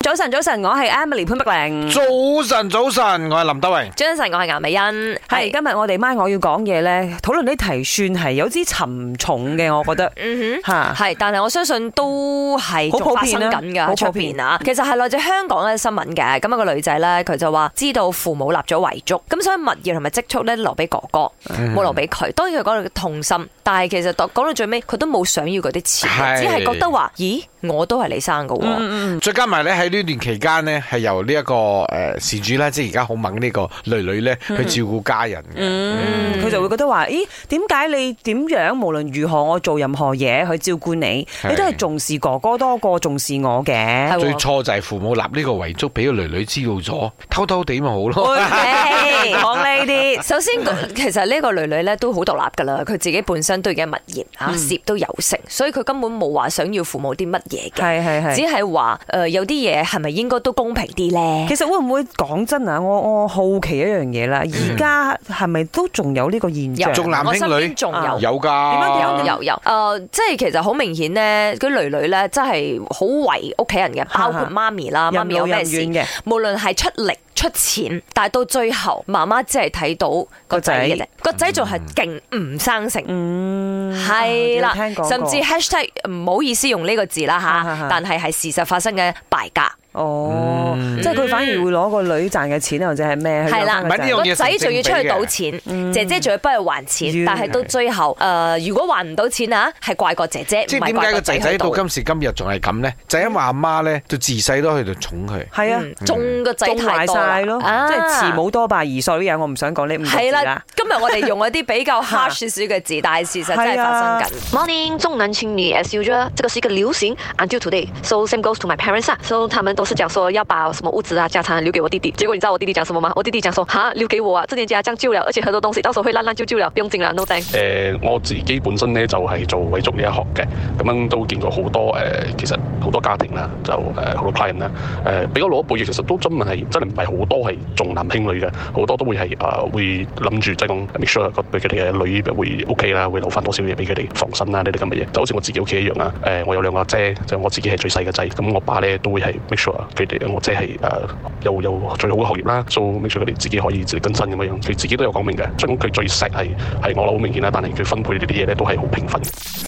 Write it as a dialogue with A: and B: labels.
A: 早晨，早晨，我係 Emily 潘碧玲。
B: 早晨，早晨，我係林德榮。
C: 早晨，我係顏美欣，
A: 係今日我哋媽我要講嘢咧，討論呢題算係有啲沉重嘅，我 覺得
C: 嗯
A: 吓
C: 哼，。係，但係我相信都係
A: 啊好普
C: 仲發
A: 遍
C: 生
A: 啊
C: 緊
A: 好
C: 㗎，喺
A: 普
C: 出
A: 遍
C: 邊啊。其實係來自香港嘅新聞嘅，咁一個女仔咧，佢就話知道父母立咗遺囑，咁所以物業同埋積蓄咧留俾哥哥，
A: 嗯
C: 冇留俾佢。當然佢講到痛心，但係其實到講到最尾，佢都冇想要嗰啲錢
B: 係
C: 嘅，只係覺得話，咦，我都係你生嘅
A: 嗯
C: 喎。
B: 再加埋咧喺呢段期間呢，係由呢、一個诶、呃事主啦，即係而家好猛呢個女女咧去照顧家人嘅。
A: 嗯佢就會覺得話：咦，點解你點樣無論如何，我做任何嘢去照顧你，
B: 係
A: 你都係重視哥哥多過重視我嘅
C: 係。
B: 最錯就係父母立呢個遺囑俾個女女知道咗，偷偷地咪好 咯。
C: 喂
A: 講呢啲。
C: 首先， 其實呢個女女咧都好獨立噶啦，佢自己本身都已經係物業
A: 嗯
C: 啊，涉都有成，所以佢根本冇話想要父母啲乜嘢嘅。
A: 係係係
C: 只。係話誒有啲嘢係咪應該都公平啲咧？
A: 其實會唔會講真啊？我我好奇一樣嘢啦，而家係咪都仲有呢個現象？
B: 仲男
C: 我身
B: 輕女
C: 邊仲
A: 啊
C: 有。
B: 有
A: 點樣
B: 㗎，
C: 有有誒、呃即係其實好明顯咧，嗰女女咧真係好為屋企人
A: 啊
C: 嘅，包括媽咪啦，媽
A: 任
C: 咪有
A: 勞
C: 咩
A: 任
C: 事，
A: 怨嘅
C: 無論係出力出錢，但係到最後媽媽只係睇到個仔嘅啫，個仔仲係勁唔生性。
A: 嗯，
C: 係啦
A: 有聽講，過
C: 甚至 hashtag 唔好意思用呢個字啦
A: 嗯啊啊啊
C: 吓，但係係事實發生嘅敗家，
A: 哦，即係佢反而會攞個女賺嘅錢或者係咩？
C: 係啦
A: 去養
B: 唔
C: 嗯
B: 係呢樣
A: 返個
B: 嘢
C: 個仔仲要出去賭錢，姐姐仲要幫佢還
A: 嗯
C: 錢，但係到最後誒，如果還唔到錢啊，係怪個姐姐，
B: 即
C: 唔
B: 係
C: 係
B: 點解
C: 怪
B: 個
C: 個
B: 仔
C: 仔
B: 仔
C: 去
B: 到
C: 賭。
B: 今時今日仲係咁呢？就因為阿媽呢，就自細都喺度寵佢。
A: 仔係啊。
C: 嗯中個仔
A: 中
C: 太
A: 壞
C: 多
A: 晒咯，
C: 啦啊
A: 即係慈。母多敗兒所有，啊我唔想講呢五個字
C: 係
A: 啦
C: 啦。，今日我哋用一啲比較
A: 嚇
C: harsh 少少嘅字，但係事實真係發生緊。
D: Morning，重男轻女 as usual，这个是一个流行 until today。So same goes to my parents 啊，so 他们都是讲说要把什么物资啊、家产留给我弟弟。结果你知道我弟弟讲什么吗？我弟弟讲说哈，留给我啊，这间家这样旧了，而且很多东西到时候会烂烂旧旧了，不用紧了，no thanks。
E: 誒、呃我自己本身咧就係、做遺囑呢一行嘅，咁樣都見過好多誒、呃其實好多家庭啦，就呃誒好、多 client 啦，誒、比較老一輩嘅其實都真係真係唔係好多係重男輕女嘅，好多都會係誒、啊會諗住即係講 make sure 個對佢哋嘅女會 OK 啦，會留翻多少嘢俾佢哋防身啦呢啲咁嘅嘢，就好似我自己屋企一樣啊，誒、我有兩個阿姐，就我自己係最細嘅仔，咁我爸咧都會係 make sure 佢哋我姐係誒、有有最好嘅學業啦，so make sure 佢哋自己可以自力更生咁樣樣，佢自己都有講明嘅，所以講佢最錫係係我諗好明顯啦，但係佢分配呢啲嘢咧都係好平分嘅。